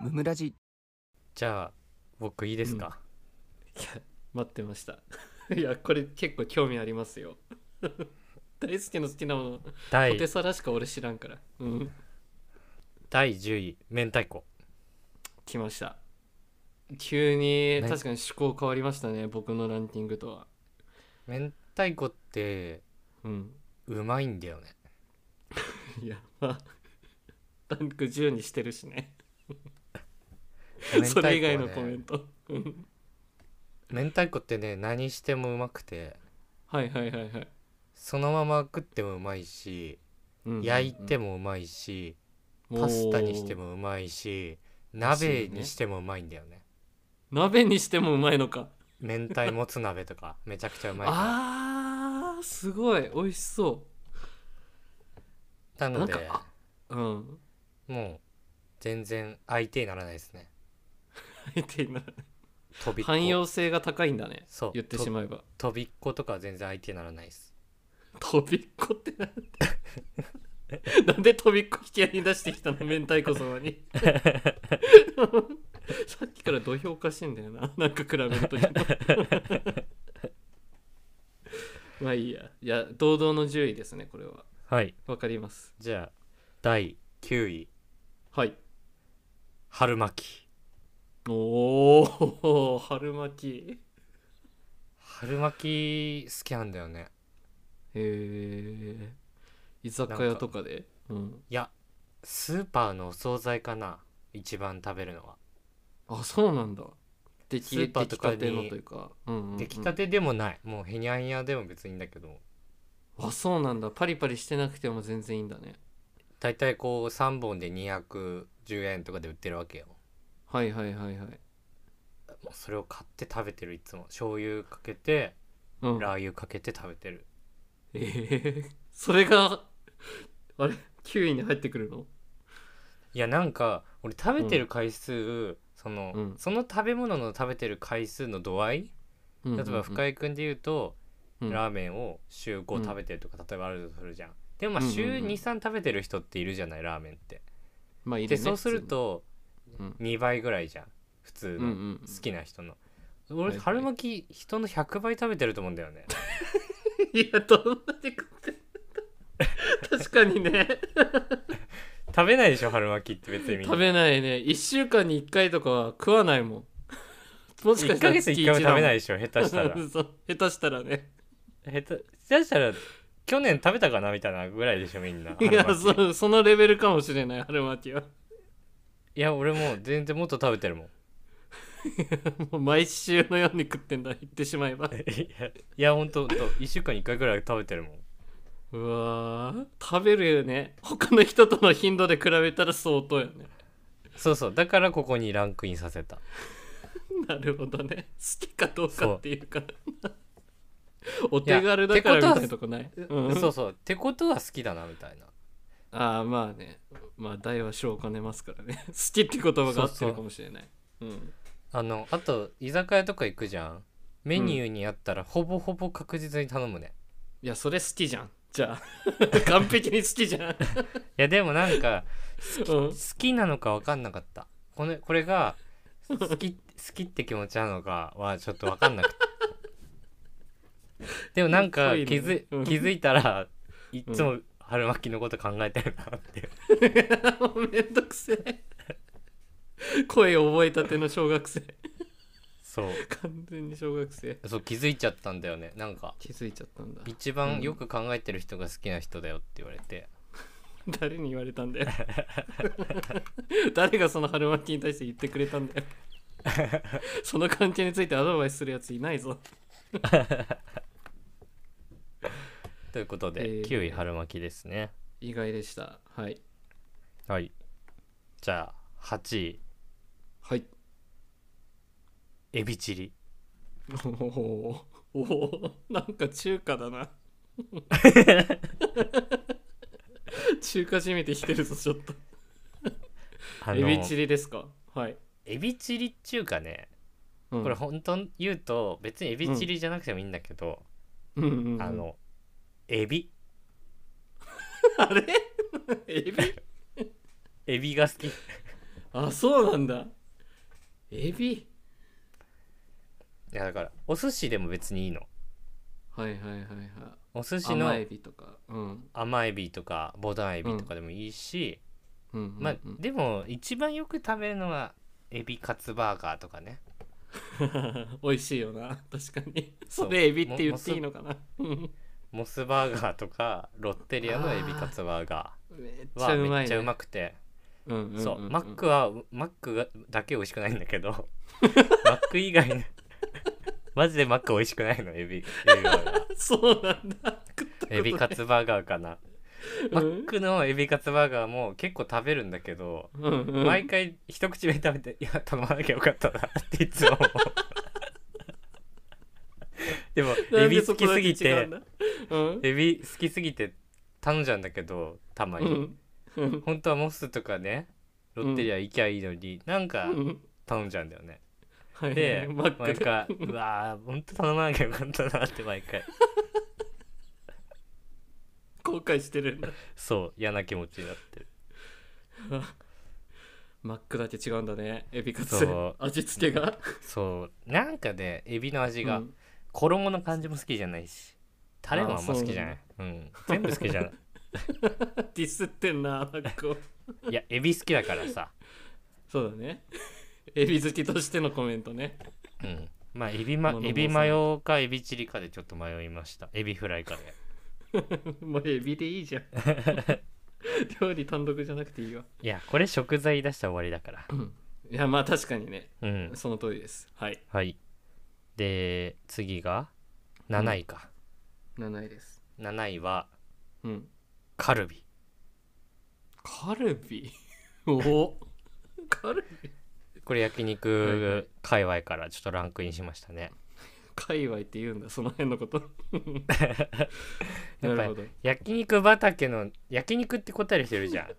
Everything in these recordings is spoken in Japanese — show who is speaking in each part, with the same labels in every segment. Speaker 1: ムムラジ
Speaker 2: じゃあ僕いいですか、
Speaker 3: いや待ってました いやこれ結構興味ありますよ 大好きの好きなもの、
Speaker 2: 第
Speaker 3: ポテサラしか俺知らんからうん
Speaker 2: 第10位明太子
Speaker 3: 来ました急に
Speaker 2: ね
Speaker 3: 確かに趣向変わりましたね僕のランキングとは
Speaker 2: 明太子って
Speaker 3: うん
Speaker 2: うまいんだよね
Speaker 3: いやまあ ランク10にしてるしね
Speaker 2: 明太子
Speaker 3: そ
Speaker 2: はね
Speaker 3: れ以外のコメントうん
Speaker 2: 明太子ってね何してもうまくて
Speaker 3: はいはいはいはい、
Speaker 2: そのまま食ってもうまいし
Speaker 3: うん
Speaker 2: 焼いてもうまいし、パスタにしてもうまいし鍋にしてもうまいんだよね
Speaker 3: おー鍋にしてもうまいのか
Speaker 2: 明太もつ鍋と かめちゃくちゃうまいか
Speaker 3: あーすごい美味しそ
Speaker 2: らなの
Speaker 3: なん
Speaker 2: で
Speaker 3: かううん
Speaker 2: もう全然相手にならないですね
Speaker 3: 入っていない
Speaker 2: 飛びっこ
Speaker 3: 汎用性が高いんだね
Speaker 2: そう
Speaker 3: 言って
Speaker 2: と
Speaker 3: しまえば
Speaker 2: 飛びっことかは全然相手にならないです
Speaker 3: 飛びっこってなん でなんで飛びっこ引き合いに出してきたの明太子様 にさっきから土俵おかしいんだよななんか比べるとき とまあいいやいや堂々の10位ですねこれは
Speaker 2: はい
Speaker 3: わかります
Speaker 2: じゃあ第9位
Speaker 3: はい
Speaker 2: 春巻き
Speaker 3: おお春巻き
Speaker 2: 春巻き好きなんだよね
Speaker 3: へえ居酒屋とかでうん
Speaker 2: いやスーパーのお惣菜かな一番食べるのは
Speaker 3: あそうなんだ出
Speaker 2: ス
Speaker 3: 来
Speaker 2: ーパーとかに
Speaker 3: 出来たてのというか、うんうんうん
Speaker 2: 出来たてでもないもうへにゃへにゃでも別にいいんだけど
Speaker 3: あそうなんだパリパリしてなくても全然いいんだね
Speaker 2: 大体こう3本で210円とかで売ってるわけよ
Speaker 3: はいはいはいは
Speaker 2: も
Speaker 3: い
Speaker 2: うそれを買って食べてるいつも醤油かけて
Speaker 3: うん
Speaker 2: ラー油かけて食べてる
Speaker 3: えー、 それがあれ9位に入ってくるの
Speaker 2: いやなんか俺食べてる回数、その、
Speaker 3: うん
Speaker 2: その食べ物の食べてる回数の度合い、例えば深井君で言うと、
Speaker 3: うん
Speaker 2: ラーメンを週
Speaker 3: う
Speaker 2: 5
Speaker 3: ん
Speaker 2: 食べてるとか、例えばあるとするじゃんでもまあ
Speaker 3: うんうんうん
Speaker 2: 週23、食べてる人っているじゃないラーメンって
Speaker 3: まあいい
Speaker 2: で
Speaker 3: ね
Speaker 2: そうすると
Speaker 3: うん
Speaker 2: 2倍ぐらいじゃん普通
Speaker 3: 普通にうん
Speaker 2: の
Speaker 3: うん
Speaker 2: 好きな人の、
Speaker 3: はい
Speaker 2: 俺
Speaker 3: はい
Speaker 2: 春巻き人の100倍食べてると思うんだよね
Speaker 3: いやどんなに食ってんだ確かにね
Speaker 2: 食べないでしょ春巻きって別にみんな
Speaker 3: 食べないね1週間に1回とかは食わないも んもしか
Speaker 2: 1
Speaker 3: した
Speaker 2: ヶ
Speaker 3: ら
Speaker 2: 月1回も食べないでしょ下手
Speaker 3: 月
Speaker 2: し
Speaker 3: 一
Speaker 2: た
Speaker 3: だ
Speaker 2: ら
Speaker 3: もん そう下手したらね
Speaker 2: 下手下手したら去年食べたかなみたいなぐらいでしょみんない
Speaker 3: や
Speaker 2: 春巻き
Speaker 3: そうそのレベルかもしれない春巻きはい
Speaker 2: や俺もう全然もっと食べてるもんい
Speaker 3: もう毎週のように食ってんだ言ってしまえば
Speaker 2: やいやほんとほんと1週間に1回ぐらい食べてるもん
Speaker 3: うわー食べるよね他の人との頻度で比べたら相当よね
Speaker 2: そうそうだからここにランクインさせた
Speaker 3: なるほどね好きかどうかっていうかお手軽だか
Speaker 2: い
Speaker 3: らみ
Speaker 2: や
Speaker 3: たいなとこない、うん、
Speaker 2: そうそうってことは好きだなみたいな
Speaker 3: ああまあねまあ大は小を兼ねますからね好きって言葉が合ってるかもしれないうん
Speaker 2: あのあと居酒屋とか行くじゃんメニューにあったらほぼほぼ確実に頼むね、
Speaker 3: いやそれ好きじゃんじゃあ 完璧に好きじゃん、
Speaker 2: いやでもなんか
Speaker 3: うん
Speaker 2: 好、きなのか分かんなかったこれこれが好き好きって気持ちなのかはちょっと分かんなくてでもなんか
Speaker 3: 濃
Speaker 2: 気
Speaker 3: いね
Speaker 2: づ,、
Speaker 3: うん
Speaker 2: 気づいたらいっつも春巻きのこと考えてるなって
Speaker 3: もうめんどくせえ声覚えたての小学生
Speaker 2: そう
Speaker 3: 完全に小学生
Speaker 2: そう気づいちゃったんだよねなんか
Speaker 3: 気づいちゃったんだ
Speaker 2: 一番よく考えてる人が好きな人だよって言われて、
Speaker 3: 誰に言われたんだよ誰がその春巻きに対して言ってくれたんだよ その関係についてアドバイスするやついないぞ
Speaker 2: ということで、
Speaker 3: えー
Speaker 2: 9位春巻きですね
Speaker 3: 意外でしたはい
Speaker 2: はいじゃあ8位
Speaker 3: はい
Speaker 2: エビチリ
Speaker 3: おおおおなんか中華だな中華じみてきてるぞちょっと
Speaker 2: あの
Speaker 3: エビチリですかはい、
Speaker 2: エビチリっちゅうかね
Speaker 3: うん
Speaker 2: これ本当に言うと別にエビチリじゃなくてもいいんだけど、
Speaker 3: うんうんうん
Speaker 2: あのエビ
Speaker 3: あれ エビ
Speaker 2: エビが好き
Speaker 3: ああそうなんだエビ
Speaker 2: いやだからお寿司でも別にいいの
Speaker 3: はいはいはいはい
Speaker 2: お寿司の
Speaker 3: 甘エビとかうん
Speaker 2: 甘エビとかボタンエビとかでもいいし、
Speaker 3: うんうんうん
Speaker 2: まあでも一番よく食べるのはエビカツバーガーとかね
Speaker 3: 美味しいよな確かに
Speaker 2: そう
Speaker 3: それエビって言っていいのかなうん
Speaker 2: モスバーガーとかロッテリアのエビカツバーガ
Speaker 3: めっ
Speaker 2: ー
Speaker 3: ちゃ
Speaker 2: は
Speaker 3: うま
Speaker 2: め
Speaker 3: い
Speaker 2: っちゃうま
Speaker 3: ね
Speaker 2: くて、
Speaker 3: うんうんうんうん
Speaker 2: そうマックはマックがだけ美味しくないんだけ どマック以外のマジでマック美味しくないのエビエビバーガー
Speaker 3: そうなんだ食った ことない
Speaker 2: エビカツバーガーかな、マックのエビカツバーガーも結構食べるんだけど、
Speaker 3: うんうん
Speaker 2: 毎回一口目食べて「いや頼まなきゃよかったな」っていつも思 うでもエビ好きすぎて
Speaker 3: なんでそこだけ違うんだ
Speaker 2: エビ好きすぎて頼んじゃうんだけどたま
Speaker 3: うん
Speaker 2: に、
Speaker 3: うん
Speaker 2: 本当はモスとかねロッテリア行きゃいいのに、なんか
Speaker 3: うん
Speaker 2: 頼んじゃうんだよ ね、
Speaker 3: はい
Speaker 2: で
Speaker 3: マック
Speaker 2: 毎
Speaker 3: で
Speaker 2: 回「 うわーほんと頼まなきゃよかったな」って毎回
Speaker 3: 後悔してるんだ
Speaker 2: そう嫌な気持ちになってる
Speaker 3: マックだけ違うんだねエビカツ
Speaker 2: そう
Speaker 3: 味付けが
Speaker 2: そうなんかねエビの味が、
Speaker 3: うん
Speaker 2: 衣の感じも好きじゃないしタレもあんま好きじゃないうん、全部好きじゃな い
Speaker 3: ディスってんなマックを
Speaker 2: いやエビ好きだからさ
Speaker 3: そうだねエビ好きとしてのコメントね
Speaker 2: うんまあエビ,、ま
Speaker 3: 物、申
Speaker 2: エ
Speaker 3: さない
Speaker 2: ビマヨかエビチリかでちょっと迷いましたエビフライかで
Speaker 3: もうエビでいい じゃん料理単独じゃなくていいよ
Speaker 2: いやこれ食材出したら終わりだから
Speaker 3: いやまあ確かにね
Speaker 2: うん
Speaker 3: その通りですはい
Speaker 2: はいで次が7位か、
Speaker 3: 7位です
Speaker 2: 7位は
Speaker 3: うん
Speaker 2: カルビ
Speaker 3: カルビ おカルビ
Speaker 2: これ焼
Speaker 3: はいは
Speaker 2: 肉界隈からちょっとランクインしましたね
Speaker 3: 界隈って言うんだその辺のこと
Speaker 2: やっぱり
Speaker 3: なるほど
Speaker 2: 焼肉畑の焼肉って答える人いるじゃん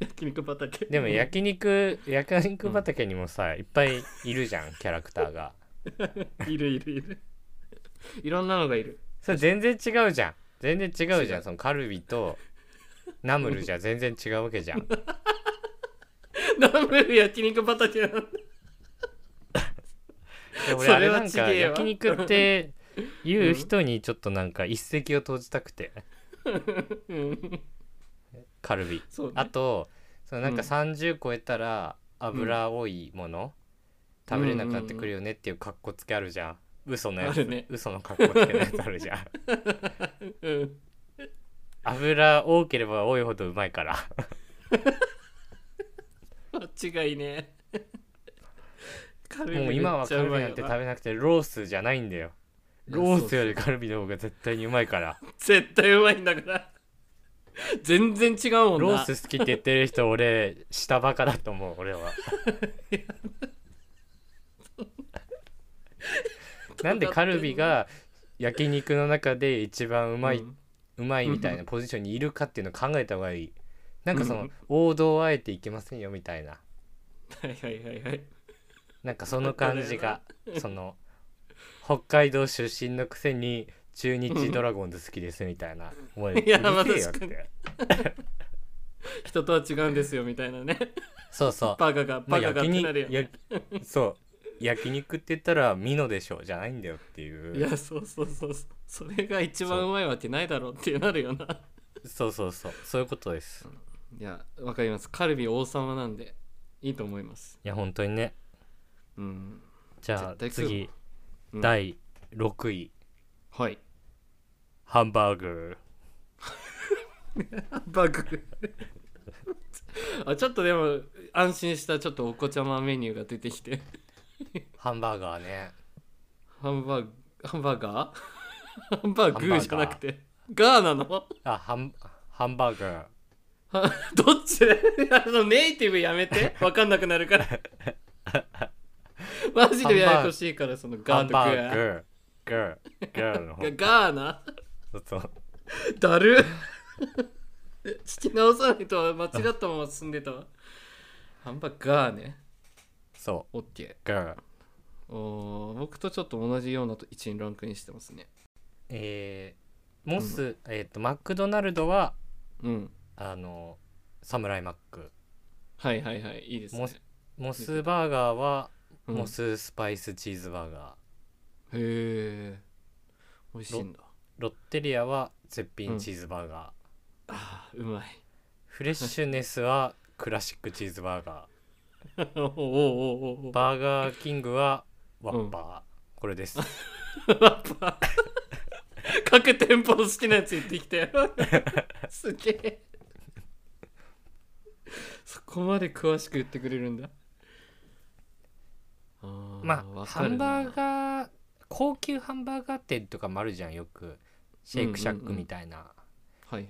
Speaker 3: 焼肉畑
Speaker 2: でも焼肉焼肉畑にもさいっぱいいるじゃんキャラクターが
Speaker 3: いるいるいるいろんなのがい る
Speaker 2: それ全然違うじゃん全然違うじゃ
Speaker 3: 違うん
Speaker 2: そのカルビとナムルじゃ全然違うわけじゃん
Speaker 3: ナムル焼肉畑なんだ
Speaker 2: で俺
Speaker 3: そ
Speaker 2: あ
Speaker 3: れ
Speaker 2: れ
Speaker 3: は
Speaker 2: なんか
Speaker 3: 違えわ
Speaker 2: 焼肉って言う人にちょっとなんか一石を投じたくて
Speaker 3: うん
Speaker 2: カルビ
Speaker 3: そうね
Speaker 2: あとそのなんか
Speaker 3: うん
Speaker 2: 30超えたら油多いもの、食べれなくなってくるよねっていう格好つけあるじゃん嘘のや
Speaker 3: あ
Speaker 2: つ、
Speaker 3: るね
Speaker 2: 嘘の格好つけのやつあるじ ゃん
Speaker 3: うん
Speaker 2: 油多ければ多いほどうまいから
Speaker 3: 間違いねカルビ
Speaker 2: もう今はカルビ
Speaker 3: め
Speaker 2: な
Speaker 3: っ
Speaker 2: ん
Speaker 3: ち
Speaker 2: て
Speaker 3: ゃう
Speaker 2: 食
Speaker 3: まいよ
Speaker 2: べなくてロースじゃないんだよ
Speaker 3: いや
Speaker 2: ロースよりカルビの方が絶対にうまいから
Speaker 3: 絶対うまいんだから全然違うもんな
Speaker 2: ロース好きって言ってる人俺下バカだと思う 俺はなんでカルビが焼肉の中で一番うまい、う
Speaker 3: うん
Speaker 2: まいみたいなポジションにいるかっていうのを考えた方がいいなんかそうの
Speaker 3: ん
Speaker 2: 王道をあえていけませんよみたいな
Speaker 3: はいはいはいはい
Speaker 2: なんかその感じがその北海道出身のくせに中日ドラゴンズ好きですみたいな思い
Speaker 3: いやまあ
Speaker 2: うるせえよっ
Speaker 3: 確か
Speaker 2: て
Speaker 3: 人とは違うんですよみたいなね
Speaker 2: そうそう
Speaker 3: バカが
Speaker 2: まあ
Speaker 3: バカがってなるよ、
Speaker 2: 焼
Speaker 3: ね
Speaker 2: き肉焼きそう焼肉って言ったらミノでしょじゃないんだよって
Speaker 3: い
Speaker 2: いう
Speaker 3: やそうそうそうそうそれが一番うまいわけないだろうってなるよな
Speaker 2: そうそうそうそういうことです
Speaker 3: いやわかりますカルビ王様なんでいいと思います
Speaker 2: いや本当にね
Speaker 3: うん
Speaker 2: じゃあ
Speaker 3: 絶対食う
Speaker 2: 次、
Speaker 3: うん
Speaker 2: 第6位
Speaker 3: はい
Speaker 2: ハンバーグ
Speaker 3: バグ あちょっとでも安心したちょっとお子ちゃまメニューが出てきて
Speaker 2: ハンバーガーね
Speaker 3: ハンバーグハンバーガー ハンバーグーじゃなくてガーなの
Speaker 2: あハンハンバーガー
Speaker 3: は どっちあのネイティブやめ て分かんなくなるからマジでややこしいからその
Speaker 2: ハ
Speaker 3: ガー
Speaker 2: ン
Speaker 3: と
Speaker 2: バ
Speaker 3: グ
Speaker 2: ーグ
Speaker 3: ー
Speaker 2: ーグーグーの方
Speaker 3: がガーな
Speaker 2: そうそう
Speaker 3: だる聞き直さないとは間違ったまま進んでたわハンバーガーね
Speaker 2: そ
Speaker 3: オッケ
Speaker 2: うグー
Speaker 3: ーおー僕とちょっと同じようなと1にランクインしてますね
Speaker 2: えー、モス、えっ、とマクドナルドは
Speaker 3: うん
Speaker 2: あのサムライマック
Speaker 3: はいはいはいいいですね
Speaker 2: もモスバーガーは
Speaker 3: うん
Speaker 2: モススパイスチーズバーガー、
Speaker 3: へえ美味しいんだ
Speaker 2: ロッテリアは絶品チーズバーガー、
Speaker 3: あーうまい
Speaker 2: フレッシュネスはクラシックチーズバーガ
Speaker 3: おーおーおーお
Speaker 2: ー
Speaker 3: ー
Speaker 2: バーガーキングはワッパー、これです
Speaker 3: 各店舗の好きなやつ言ってきたよ すげえそこまで詳しく言ってくれるんだあー
Speaker 2: まあ
Speaker 3: わ
Speaker 2: ハ
Speaker 3: かる
Speaker 2: ン
Speaker 3: な
Speaker 2: バーガー高級ハンバーガー店とかもあるじゃんよくシェイクシャックみたいな、
Speaker 3: はいはい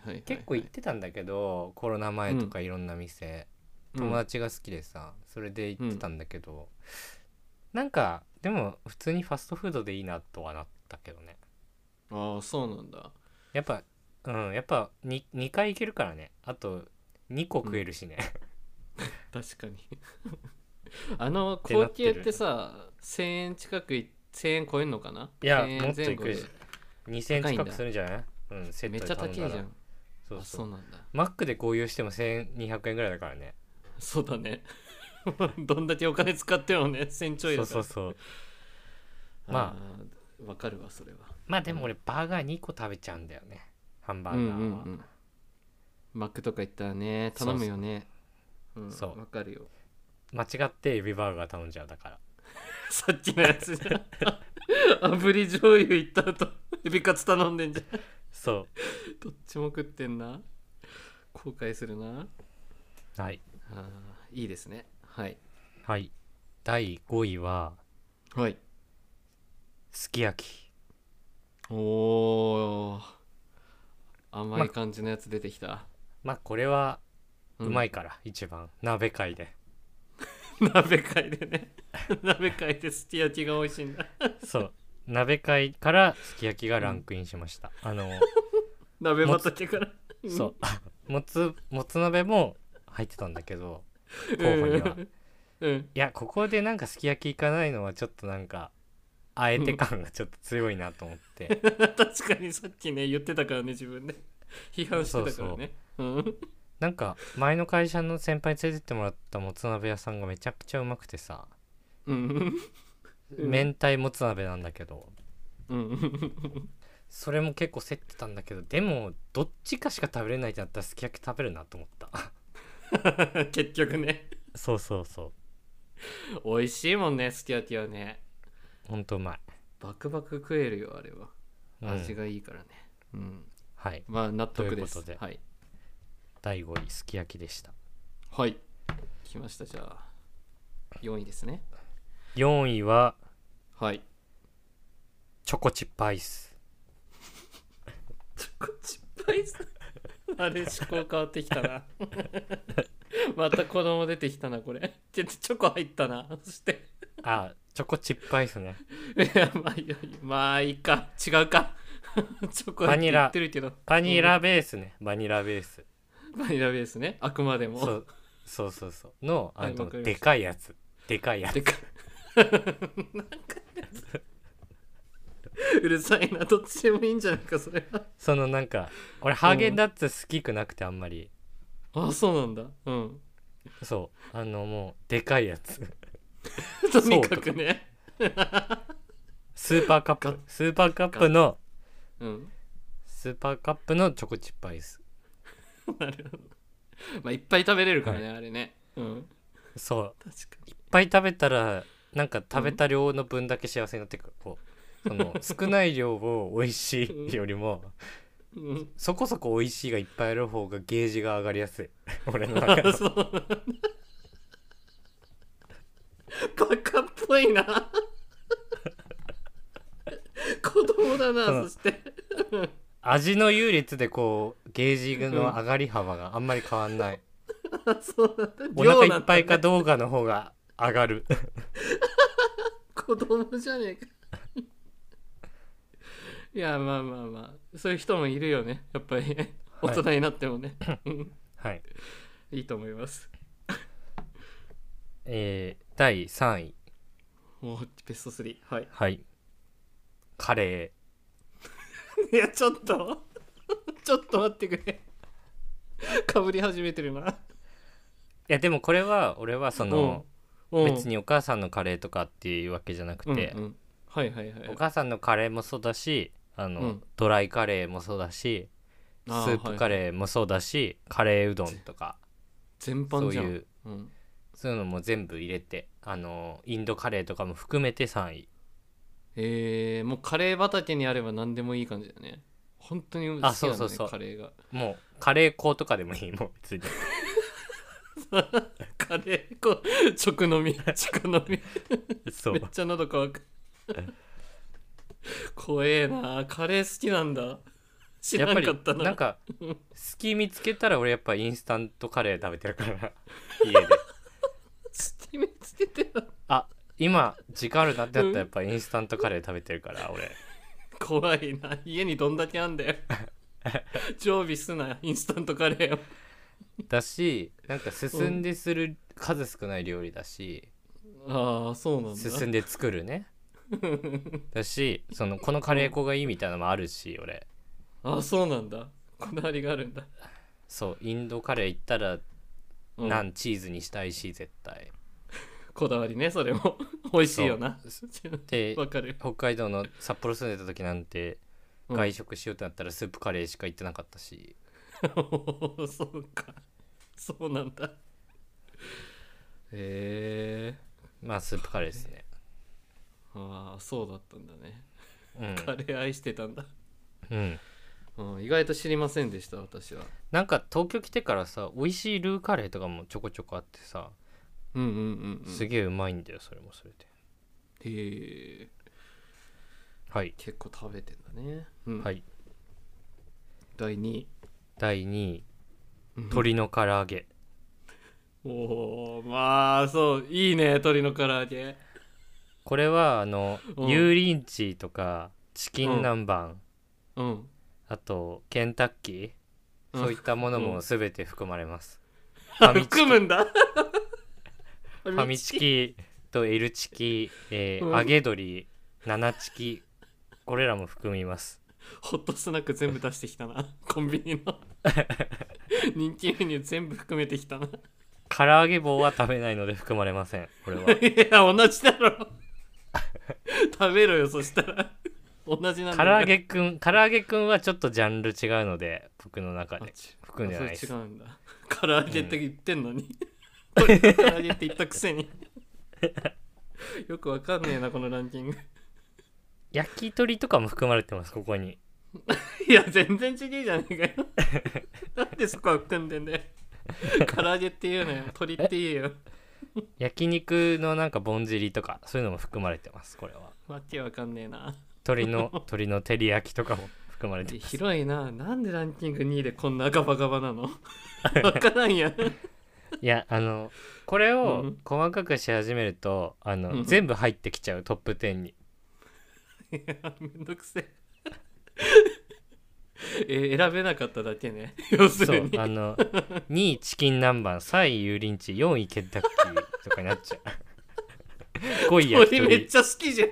Speaker 3: はいはい
Speaker 2: 結構行ってたんだけど、コロナ前とかいろんな店、友達が好きでさ、それで行ってたんだけど、なんかでも普通にファストフードでいいなとはなったけどね
Speaker 3: うんああそうなんだ
Speaker 2: やっぱうんやっぱ 2, 2回行けるからねあと2個食えるしね、
Speaker 3: 確かに あの
Speaker 2: てな
Speaker 3: 高
Speaker 2: って
Speaker 3: 級
Speaker 2: る
Speaker 3: ってさ1000円近くい1000円超えんのかない
Speaker 2: や
Speaker 3: 1000円
Speaker 2: もっと
Speaker 3: 前
Speaker 2: 行
Speaker 3: 後
Speaker 2: く
Speaker 3: で
Speaker 2: よ2000円
Speaker 3: 高いん
Speaker 2: 近
Speaker 3: だ
Speaker 2: くするんじゃないうんセッ
Speaker 3: めっ
Speaker 2: ト
Speaker 3: ち
Speaker 2: で
Speaker 3: ゃ高
Speaker 2: 頼
Speaker 3: い
Speaker 2: ん
Speaker 3: じ
Speaker 2: だら
Speaker 3: ゃん
Speaker 2: そう
Speaker 3: あ
Speaker 2: そ
Speaker 3: そううなんだ
Speaker 2: マックで合流しても1200円ぐらいだからね
Speaker 3: そうだね どんだけお金使ってもね1000ちょ
Speaker 2: そ
Speaker 3: いだ
Speaker 2: う
Speaker 3: か
Speaker 2: そ
Speaker 3: ら
Speaker 2: うそう
Speaker 3: まあわかるわそれは
Speaker 2: まあでも俺バーガー2個食べちゃうんだよねハンバ
Speaker 3: うん
Speaker 2: ーガ
Speaker 3: う
Speaker 2: ーは、
Speaker 3: んうんマックとか行ったらね頼むよねうん
Speaker 2: そう
Speaker 3: わかるよ
Speaker 2: 間違ってエビバーガー頼んじゃうだから
Speaker 3: さっきのやつじゃん炙り醤油行った後 エビカツ頼んでんじゃん
Speaker 2: そ
Speaker 3: どっちも食ってんな後悔するな
Speaker 2: うはい
Speaker 3: あーいいですねはい
Speaker 2: はい第5位は
Speaker 3: はい
Speaker 2: すき焼き
Speaker 3: おお甘
Speaker 2: ま
Speaker 3: い感じのやつ出てきた、
Speaker 2: まあこれはうま
Speaker 3: い
Speaker 2: いから、一番鍋界で
Speaker 3: 鍋界でね 鍋界ですき焼きが美味しいんだ
Speaker 2: そう鍋界からすき焼きがランクインしました、あの
Speaker 3: 鍋畑から
Speaker 2: そうもつもつ鍋も入ってたんだけど候補には
Speaker 3: うんうん
Speaker 2: いやここでなんかすき焼きいかないのはちょっとなんかあえて感がちょっと強いなと思って
Speaker 3: 確かにさっきね言ってたからね自分で批判してたからねうん
Speaker 2: なんか前の会社の先輩に連れてってもらったもつ鍋屋さんがめちゃくちゃうまくてさ
Speaker 3: うんうん
Speaker 2: 明太もつ鍋なんだけど
Speaker 3: うん
Speaker 2: それも結構競ってたんだけどでもどっちかしか食べれないってなったらすき焼き食べるなと思った
Speaker 3: 結局ね
Speaker 2: そうそうそう
Speaker 3: 美味しいもんねすき焼きはね
Speaker 2: ほんとうまい、
Speaker 3: バクバク食えるよあれは
Speaker 2: うん
Speaker 3: 味がいいからねうん
Speaker 2: はい
Speaker 3: まあ納得です
Speaker 2: ということで
Speaker 3: はい
Speaker 2: 第5位すき焼きでした
Speaker 3: はい来ましたじゃあ4位ですね
Speaker 2: 4位は
Speaker 3: はい
Speaker 2: チョコチップアイス
Speaker 3: チョコチップアイスあれ思考変わってきたな また子供出てきたなこれちょチョコ入ったなそして
Speaker 2: あチョコチップアイスね
Speaker 3: いや まあいいよいいよまあいいか違うか チョコって言ってるけど
Speaker 2: バニラベースね、バニラベース
Speaker 3: バニラベースねあくまでも
Speaker 2: そうそうそうそうのあ
Speaker 3: はいわ
Speaker 2: の
Speaker 3: かりま
Speaker 2: で
Speaker 3: した
Speaker 2: かいやつでかいやつ
Speaker 3: でか なんかうるさいなどっちでもいいんじゃないかそれは
Speaker 2: そのなんか俺ハーゲンダッツ好きくなくてあんまり、
Speaker 3: あそうなんだうん
Speaker 2: そうあのもうでかいやつ
Speaker 3: とにかくね
Speaker 2: スーパーカッ
Speaker 3: ガッ
Speaker 2: プスーパーカップの
Speaker 3: うん
Speaker 2: スーパーカップのチョコチップアイス
Speaker 3: なるほどまあいっぱい食べれるからね、あれねうん
Speaker 2: そう
Speaker 3: 確かに
Speaker 2: いっぱい食べたらなんか食べた量の分だけ幸せになってくる、こうその少ない量を美味しいよりも
Speaker 3: うん、
Speaker 2: そこそこ美味しいがいっぱいある方がゲージが上がりや すい俺の中
Speaker 3: あ
Speaker 2: の
Speaker 3: そうなんだバカっぽいな子供だな、
Speaker 2: うん
Speaker 3: そして
Speaker 2: 味の優劣でこうゲージの上がり幅があんまり変わんない、
Speaker 3: あそうなんだ
Speaker 2: お腹いっぱい
Speaker 3: 量な
Speaker 2: か
Speaker 3: んだね
Speaker 2: どうかの方が上が る
Speaker 3: 子供じゃねえかいやまあまあまあそういう人もいるよねやっぱりね大
Speaker 2: はい
Speaker 3: 人になってもね、うん
Speaker 2: はい
Speaker 3: いいと思います
Speaker 2: えー、第3位
Speaker 3: もうベスト3はい
Speaker 2: はいカレ
Speaker 3: いやちょっとちょっと待ってくれかぶり始めてるな
Speaker 2: ーいやでもこれは俺はその、
Speaker 3: うん
Speaker 2: 別にお母さんのカレーとかっていうわけじゃなくて、
Speaker 3: うんうんはいはいはい
Speaker 2: お母さんのカレーもそうだしあの、
Speaker 3: うん
Speaker 2: ドライカレーもそうだしス
Speaker 3: あー
Speaker 2: ープカ
Speaker 3: はい
Speaker 2: レーもそうだし、カレーうどんとか
Speaker 3: 全
Speaker 2: そ
Speaker 3: 般
Speaker 2: う
Speaker 3: じゃん
Speaker 2: いう
Speaker 3: うん、
Speaker 2: そういうのも全部入れてあのインドカレーとかも含めて3位
Speaker 3: えー、もうカレー畑にあれば何でもいい感じだね本当に好きなんだ、ね、
Speaker 2: あそうそうそう
Speaker 3: カレーが
Speaker 2: もうカレー粉とかでもいいもう別に
Speaker 3: カレーこう直 飲み直飲み
Speaker 2: そう
Speaker 3: めっちゃ喉乾く 怖えなカレー好きなんだ知
Speaker 2: や
Speaker 3: ら
Speaker 2: っぱ
Speaker 3: な
Speaker 2: り
Speaker 3: かったな
Speaker 2: なんか隙見つけたら俺やっぱインスタントカレー食べてるから 家で
Speaker 3: 隙見つけてた
Speaker 2: あ今時間あるなってなったらやっぱインスタントカレー食べてるから俺
Speaker 3: 怖いな家にどんだけあんだ よ常備すなインスタントカレーを
Speaker 2: だしなんか進んでする数少ない料理だし、
Speaker 3: ああそうなんだ
Speaker 2: 進んで作る ねだしそのこのカレー粉がいいみたいなのもあるし俺
Speaker 3: ああそうなんだこだわりがあるんだ、
Speaker 2: そうインドカレー行ったら
Speaker 3: うん、
Speaker 2: ナンチーズにしたいし絶対
Speaker 3: こだわりねそれも 美味しいよな
Speaker 2: で
Speaker 3: わかる
Speaker 2: 北海道の札幌住んでた時なんて
Speaker 3: うん
Speaker 2: 外食しようってなったらスープカレーしか行ってなかったし、
Speaker 3: そうかそうなんだへえ
Speaker 2: まあスープカレーですね
Speaker 3: ああそうだったんだね
Speaker 2: うん
Speaker 3: カレー愛してたんだ、
Speaker 2: うん
Speaker 3: うん、意外と知りませんでした私は
Speaker 2: なんか東京来てからさ美味しいルーカレーとかもちょこちょこあってさ
Speaker 3: うんうんうん、うん、
Speaker 2: すげえうまいんだよそれもそれで
Speaker 3: へえ
Speaker 2: はい、
Speaker 3: 結構食べてんだね、うん
Speaker 2: はい
Speaker 3: 第2位
Speaker 2: 第2位
Speaker 3: うん
Speaker 2: 鶏の唐揚げ
Speaker 3: おおまあそういいね鶏の唐揚げ
Speaker 2: これはあの
Speaker 3: うん
Speaker 2: 油淋鶏とかチキン南蛮、
Speaker 3: うん
Speaker 2: あとケンタッキー
Speaker 3: うん
Speaker 2: そういったものも全て含まれます、
Speaker 3: あ
Speaker 2: ファミチキ
Speaker 3: 含むんだフ
Speaker 2: ファミチキと L チキ、えー
Speaker 3: うん
Speaker 2: 揚げ鶏7チキこれらも含みます
Speaker 3: ホットスナック全部出してきた なコンビニの人気メニュー全部含めてきたない
Speaker 2: 唐揚げ棒は食べないので含まれませんこ れは
Speaker 3: や同じだろ食べろよそしたら同じな
Speaker 2: 唐
Speaker 3: んだから
Speaker 2: 揚げくん唐揚げくんはちょっとジャンル違うので僕の中
Speaker 3: あ
Speaker 2: で
Speaker 3: ち
Speaker 2: 含んでないで
Speaker 3: そ
Speaker 2: す
Speaker 3: れ違うんだ唐揚げって言ってんのに、これ唐揚げって言ったくせによくわかんねえなこのランキング
Speaker 2: 焼き鳥とかも含まれてますここに
Speaker 3: いや全然違えじゃねえかよなんでそこは含んでんだよ唐揚げって言うなよ鳥って言えよ
Speaker 2: 焼肉のなんかぼんじりとかそういうのも含まれてますこれは
Speaker 3: わけわかんねえな
Speaker 2: 鶏 の鶏の照り焼きとかも含まれて
Speaker 3: で
Speaker 2: ます
Speaker 3: 広いななんでランキング2位でこんなガバガバなのわからんや ん
Speaker 2: いやあのこれ
Speaker 3: う
Speaker 2: を
Speaker 3: ん
Speaker 2: 細かくし始めるとあの、
Speaker 3: うん
Speaker 2: 全部入ってきちゃうトップ10に
Speaker 3: いやめんどくせええー選べなかっただけね要す
Speaker 2: そ
Speaker 3: る
Speaker 2: う
Speaker 3: に
Speaker 2: あの2位チキン南蛮3位油淋鶏4位ケンタッキーとかになっちゃ う5位焼き
Speaker 3: 鳥めっ
Speaker 2: 鳥
Speaker 3: ちゃ好 きじゃん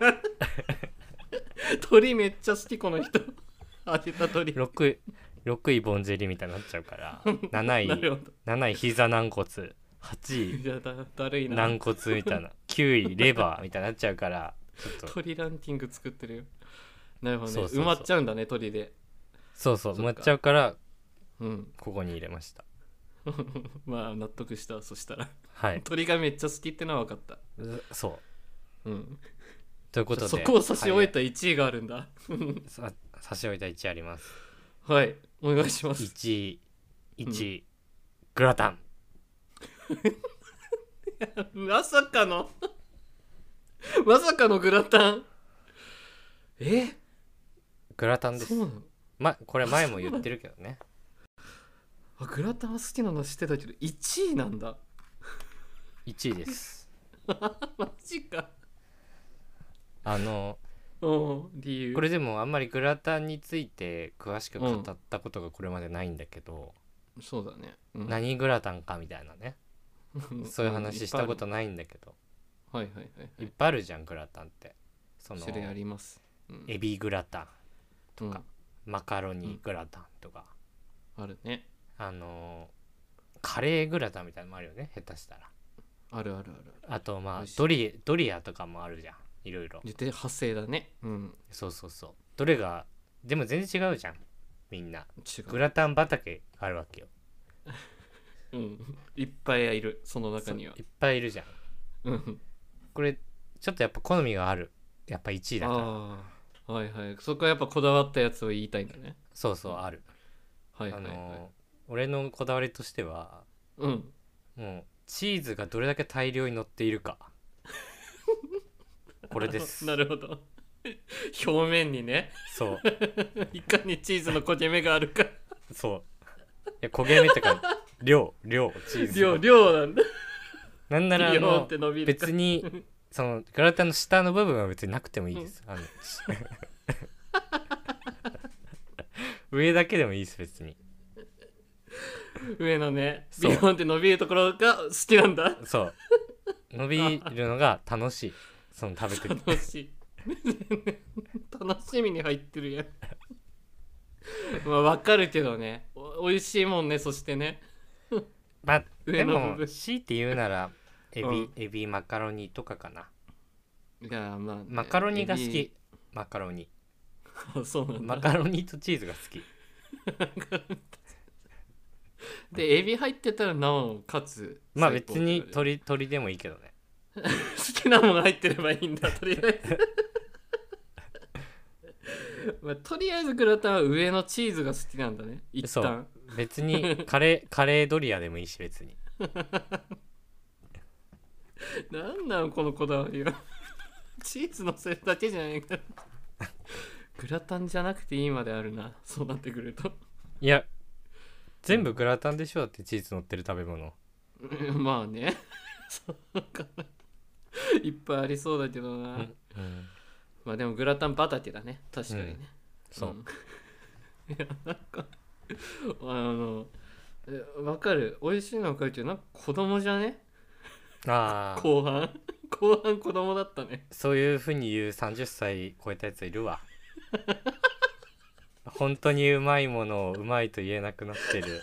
Speaker 3: 鳥めっちゃ好きこの人当てた鳥
Speaker 2: 6位6位ぼんじりみたいになっちゃうから 7
Speaker 3: なる
Speaker 2: 位
Speaker 3: ほど
Speaker 2: 7位膝軟骨8位
Speaker 3: いやだだるいな
Speaker 2: 軟骨みたいな9位レバーみたいになっちゃうからちょっと
Speaker 3: 鳥ランキング作ってるよなるほどね
Speaker 2: そうそうそう
Speaker 3: 埋まっちゃうんだね鳥で
Speaker 2: そうそう
Speaker 3: そっ
Speaker 2: 埋ま
Speaker 3: か
Speaker 2: っちゃうから
Speaker 3: うん
Speaker 2: ここに入れました
Speaker 3: まあ納得したそしたら
Speaker 2: はい
Speaker 3: 鳥がめっちゃ好きってのは分かった
Speaker 2: うそう
Speaker 3: うん
Speaker 2: ということで
Speaker 3: そこを差し終えた1位があるんだ
Speaker 2: はいさ差し終えた1あります
Speaker 3: はい、お願いしますい
Speaker 2: 1位1位、グラタン
Speaker 3: やまさかの まさかのグラタンえ
Speaker 2: グラタンです
Speaker 3: そうなの
Speaker 2: まこれ前も言ってるけど ね
Speaker 3: あグラタンは好きなの知ってたけど1位なんだ
Speaker 2: 1位です
Speaker 3: マジか
Speaker 2: あの
Speaker 3: うん理由
Speaker 2: これでもあんまりグラタンについて詳しく語ったことがこれまでないんだけど、
Speaker 3: そうだね、うん
Speaker 2: 何グラタンかみたいなね、
Speaker 3: ん
Speaker 2: そういう話したこ
Speaker 3: い
Speaker 2: と
Speaker 3: っ
Speaker 2: ないんだけど、
Speaker 3: ぱいあるはいはい
Speaker 2: いっぱいあるじゃんグラタンってそ
Speaker 3: はい
Speaker 2: の
Speaker 3: 種類あります、うん
Speaker 2: エビグラタン
Speaker 3: と
Speaker 2: かマカロニグラタンとか、
Speaker 3: あるね
Speaker 2: あのーカレーグラタンみたいなのもあるよね下手したら
Speaker 3: あるあるある
Speaker 2: あとま
Speaker 3: 美
Speaker 2: あ
Speaker 3: 味しい
Speaker 2: ドリドリアとかもあるじゃんいろいろ
Speaker 3: で派生だねうん
Speaker 2: そうそうそうどれがでも全然違うじゃんみんな
Speaker 3: 違
Speaker 2: グ
Speaker 3: う、
Speaker 2: ラタン畑があるわけよ
Speaker 3: うん、いっぱいいるその中にはい
Speaker 2: っぱいいるじゃん
Speaker 3: うん
Speaker 2: これちょっとやっぱ好みがあるやっぱ1位だから
Speaker 3: ああはいはいそこはやっぱこだわったやつを言いたいんだね
Speaker 2: そうそうある、
Speaker 3: はいはいはい、
Speaker 2: あの俺のこだわりとしては
Speaker 3: うん
Speaker 2: もうチーズがどれだけ大量に乗っている かこれです
Speaker 3: なるほど 表面にね
Speaker 2: そう
Speaker 3: いかにチーズの焦げ目があるか
Speaker 2: そういや焦げ目ってか量量チーズ
Speaker 3: 量量なんだ
Speaker 2: なんならあ
Speaker 3: 量
Speaker 2: の
Speaker 3: って伸びるか
Speaker 2: 別にそのグラタンの下の部分は別になくてもいいです、あの上だけでもいいです別に
Speaker 3: 上のね
Speaker 2: そ
Speaker 3: ビ
Speaker 2: う
Speaker 3: ヨンって伸びるところが好きなんだ
Speaker 2: そう伸びるのが楽しいその食べてる
Speaker 3: 楽しい 楽しみに入ってるやん まあわかるけどねお美味しいもんねそしてね
Speaker 2: まあで
Speaker 3: 上の部
Speaker 2: も
Speaker 3: 分
Speaker 2: 強いて言うならエビ、
Speaker 3: うん
Speaker 2: エビマカロニとかかない
Speaker 3: やまあね、
Speaker 2: マカロニが好
Speaker 3: エ
Speaker 2: き
Speaker 3: ビ
Speaker 2: マカロニ
Speaker 3: あ そうなんだ
Speaker 2: マカロニとチーズが好 き
Speaker 3: でエビ入ってたらなおかつ
Speaker 2: まあ
Speaker 3: 最高
Speaker 2: 別に
Speaker 3: 好
Speaker 2: 鳥鳥でもいいけどね
Speaker 3: きなもの入ってればいいんだとりあえず まあ、とりあえずグラタンは上のチーズが好きなんだね一
Speaker 2: そ
Speaker 3: 旦
Speaker 2: う別にカレーカレードリアでもいいし別に
Speaker 3: なんなのこのこだわりはチーズのせるだけじゃないかグラタンじゃなくていいまであるなそうなってくると
Speaker 2: いや全部グラタンでしょだってチーズ乗ってる食べ物
Speaker 3: まあねそうかないっぱいありそうだけどな、
Speaker 2: うん、うん、
Speaker 3: まあでもグラタン畑だね確かにね、
Speaker 2: そう、
Speaker 3: ん いやなんかあのえわかる美味しいのわかるけどなんか子供じゃね
Speaker 2: ああ
Speaker 3: 後半 後半子供だったね
Speaker 2: そういうふうに言う30歳超えたやついるわ 本当にうまいものをうまいと言えなくなってる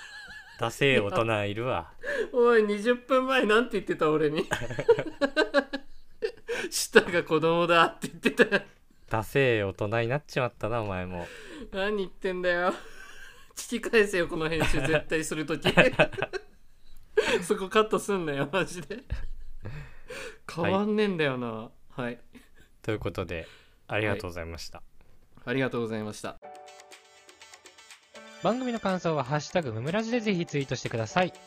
Speaker 2: ダセえ大人いるわ
Speaker 3: おい20分前なんて言ってた俺に 舌が子供だって言ってた
Speaker 2: ダセえ大人になっちまったなお前も
Speaker 3: 何言ってんだよ聞き返せよこの編集絶対する ときそこカットすんなよマジで変わんねえんだよなはい、
Speaker 2: ということでありがとうございました、
Speaker 3: ありがとうございました
Speaker 2: 番組の感想は「ハッシュタグむむらじ」でぜひツイートしてくださいチ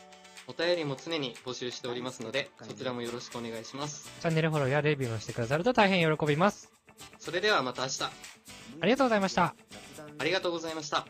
Speaker 3: お便りも常に募集しておりますので、そちらもよろしくお願いします。
Speaker 2: ャンネルフォローやレビューもしてくださると大変喜びます
Speaker 3: それではまた明日、
Speaker 2: ありがとうございました
Speaker 3: ありがとうございました。